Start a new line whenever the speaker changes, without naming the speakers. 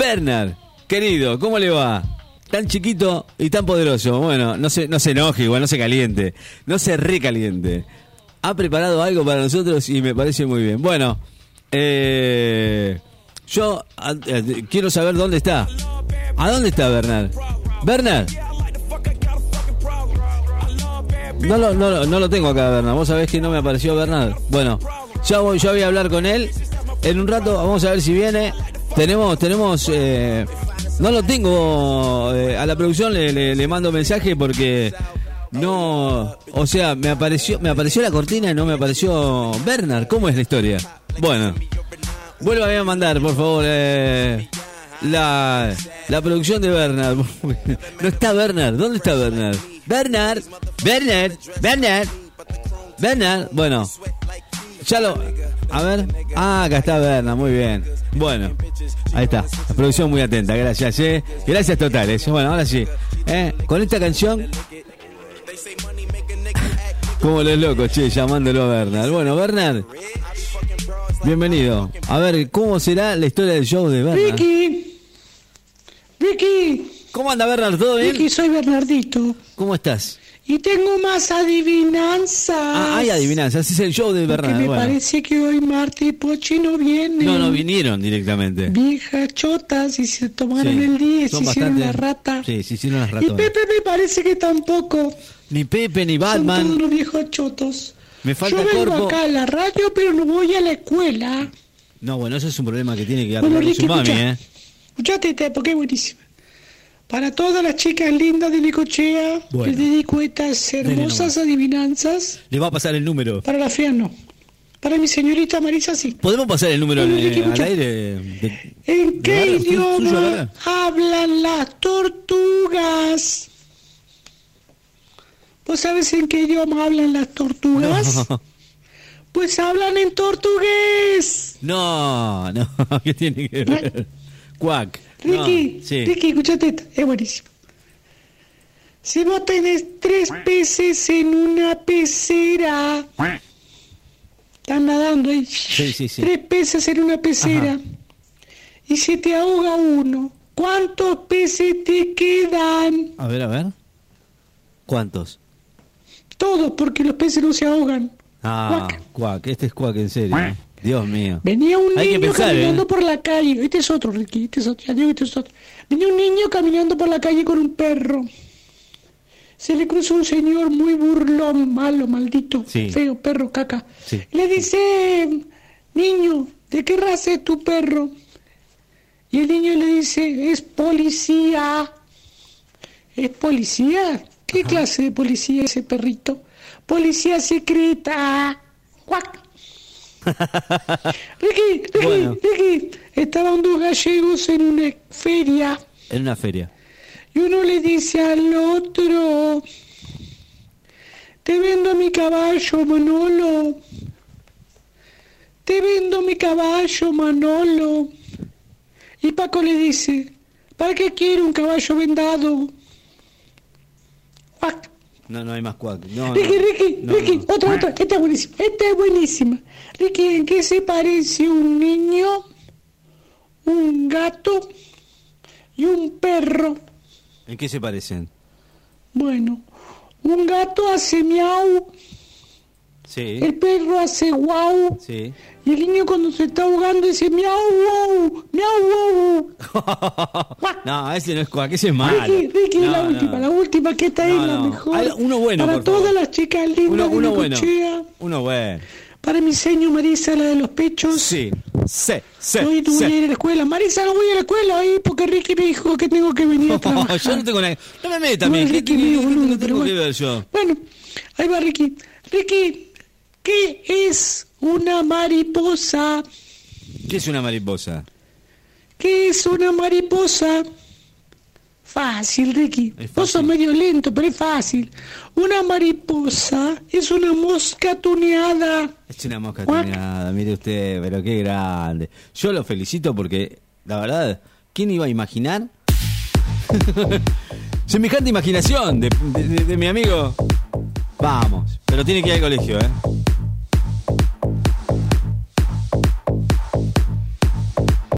Bernard, querido, ¿cómo le va? Tan chiquito y tan poderoso. Bueno, no se, no se enoje igual, no se caliente. No se recaliente. Ha preparado algo para nosotros y me parece muy bien. Bueno, eh, yo ah, eh, quiero saber dónde está. ¿A dónde está Bernard? Bernard. No lo, no, lo- no lo tengo acá, Bernard. Vos sabés que no me apareció Bernard. Bueno, ya voy, yo voy a hablar con él. En un rato vamos a ver si viene. Tenemos, tenemos... eh, no lo tengo. eh, a la producción le, le- le mando mensaje porque... No, o sea, me apareció, me apareció la cortina y no me apareció Bernard. ¿Cómo es la historia? Bueno, Vuelva a mandar, por favor, eh, la, la producción de Bernard. No está Bernard. ¿Dónde está Bernard? Bernard. Bernard. Bernard. Bernard. Bueno. Ya lo... A ver. Ah, acá está Bernard. Muy bien. Bueno. Ahí está. La producción muy atenta. Gracias, eh. Gracias totales. Bueno, ahora sí. Eh, con esta canción... Como los locos, che, llamándolo a Bernard. Bueno, Bernard, bienvenido. A ver, ¿cómo será la historia del show de Bernard?
Vicky, Vicky,
¿Cómo anda Bernard? ¿Todo bien?
Vicky, soy Bernardito
¿Cómo estás?
y tengo más adivinanzas.
Ah, hay adivinanzas, es el show de
Porque
Bernard.
me
bueno.
parece que hoy Marta y Pochi no vienen.
No, no vinieron directamente.
Viejas chotas y se tomaron
Sí,
el 10,
son
hicieron
bastante-
la rata.
Sí, se hicieron las
y
ratones.
Pepe me parece que tampoco.
Ni Pepe ni
Son todos
Batman.
los viejos chotos.
Me falta
Yo vengo
Corpo.
acá a la radio, pero no voy a la escuela.
No, bueno, eso es un problema que tiene que
Bueno,
arreglar
Ricky,
su mami,
escucha.
¿eh?
Escuchate esta porque es buenísima. Para todas las chicas lindas de Necochea,
Bueno.
les dedico estas hermosas adivinanzas.
Le va a pasar el número.
Para la fea no. Para mi señorita Marisa sí.
¿Podemos pasar el número
Bueno,
eh,
Ricky,
al
escucha.
aire? de-
¿En qué
Agarra, tú, suyo,
idioma
agarra.
hablan las tortugas? ¿Vos sabés en qué idioma hablan las tortugas? Pues hablan en tortugués.
No, no, ¿qué tiene que ver? Cuac. no,
Ricky,
sí.
Ricky, escuchate esta, es buenísimo. Si vos tenés tres peces en una pecera, están nadando ahí,
sí, sí.
tres peces en una pecera,
Ajá.
y se te ahoga uno, ¿cuántos peces te quedan?
A ver, a ver. ¿Cuántos?
Todos, porque los peces no se ahogan.
Ah,
Cuac.
cuac, este es cuac, en serio. Dios mío.
Venía un
Hay que
niño
pensar,
caminando
¿eh?
por la calle, este es otro, Ricky, este es otro, ya digo que este es otro. Venía un niño caminando por la calle con un perro. Se le cruza un señor muy burlón, malo, maldito,
Sí.
feo, perro, caca.
Sí.
Le dice, niño, ¿de qué raza es tu perro? Y el niño le dice, es policía. ¿Es policía? ¿Qué clase de policía es ese perrito? Policía secreta. ¡Cuac! Ricky, Ricky,
Bueno.
Ricky. Estaban dos gallegos en una feria
En una feria.
y uno le dice al otro, te vendo mi caballo, Manolo. Te vendo mi caballo, Manolo. Y Paco le dice, ¿para qué quiere un caballo vendado? ¡Cuac!
No, no hay más cuac. No,
Ricky,
no.
Ricky,
No,
Ricky,
no.
otra, otra. Esta es buenísima. Esta es buenísima. Ricky, ¿en qué se parece un niño, un gato y un perro?
¿En qué se parecen?
Bueno, un gato hace miau,
Sí,
el perro hace guau,
sí.
y el niño cuando se está ahogando dice miau, wow, miau, wow.
no, ese no es cuac, ese es malo.
Ricky, Ricky,
Ah, No,
la
no.
última, la última, que esta
No,
es la
no.
mejor.
Hay uno bueno,
Para
por
todas
favor.
las chicas lindas
Uno,
de
uno bueno.
Necochea,
Uno bueno.
para mi seño Marisa, la de los pechos.
Sí, sí, sí.
Hoy no voy a
sí.
ir a la escuela. Marisa, no voy a ir a la escuela hoy porque Ricky me dijo que tengo que venir a
No,
trabajar.
yo no tengo nada. No me metas,
Bueno,
también. ¿Qué,
Ricky,
qué-
medio
qué- qué tengo
boludo, pero
que
bueno.
ver yo?
Bueno, ahí va Ricky. Ricky, ¿qué es una mariposa?
¿Qué es una mariposa?
¿Qué es una mariposa? Fácil, Ricky.
Es
Vos sos
fácil.
medio lento, pero es fácil. Una mariposa es una mosca tuneada.
Es una mosca
Cuac.
tuneada, mire usted, pero qué grande. Yo lo felicito porque, la verdad, ¿quién iba a imaginar? Semejante imaginación de, de- de- de mi amigo. Vamos, pero tiene que ir al colegio, ¿eh?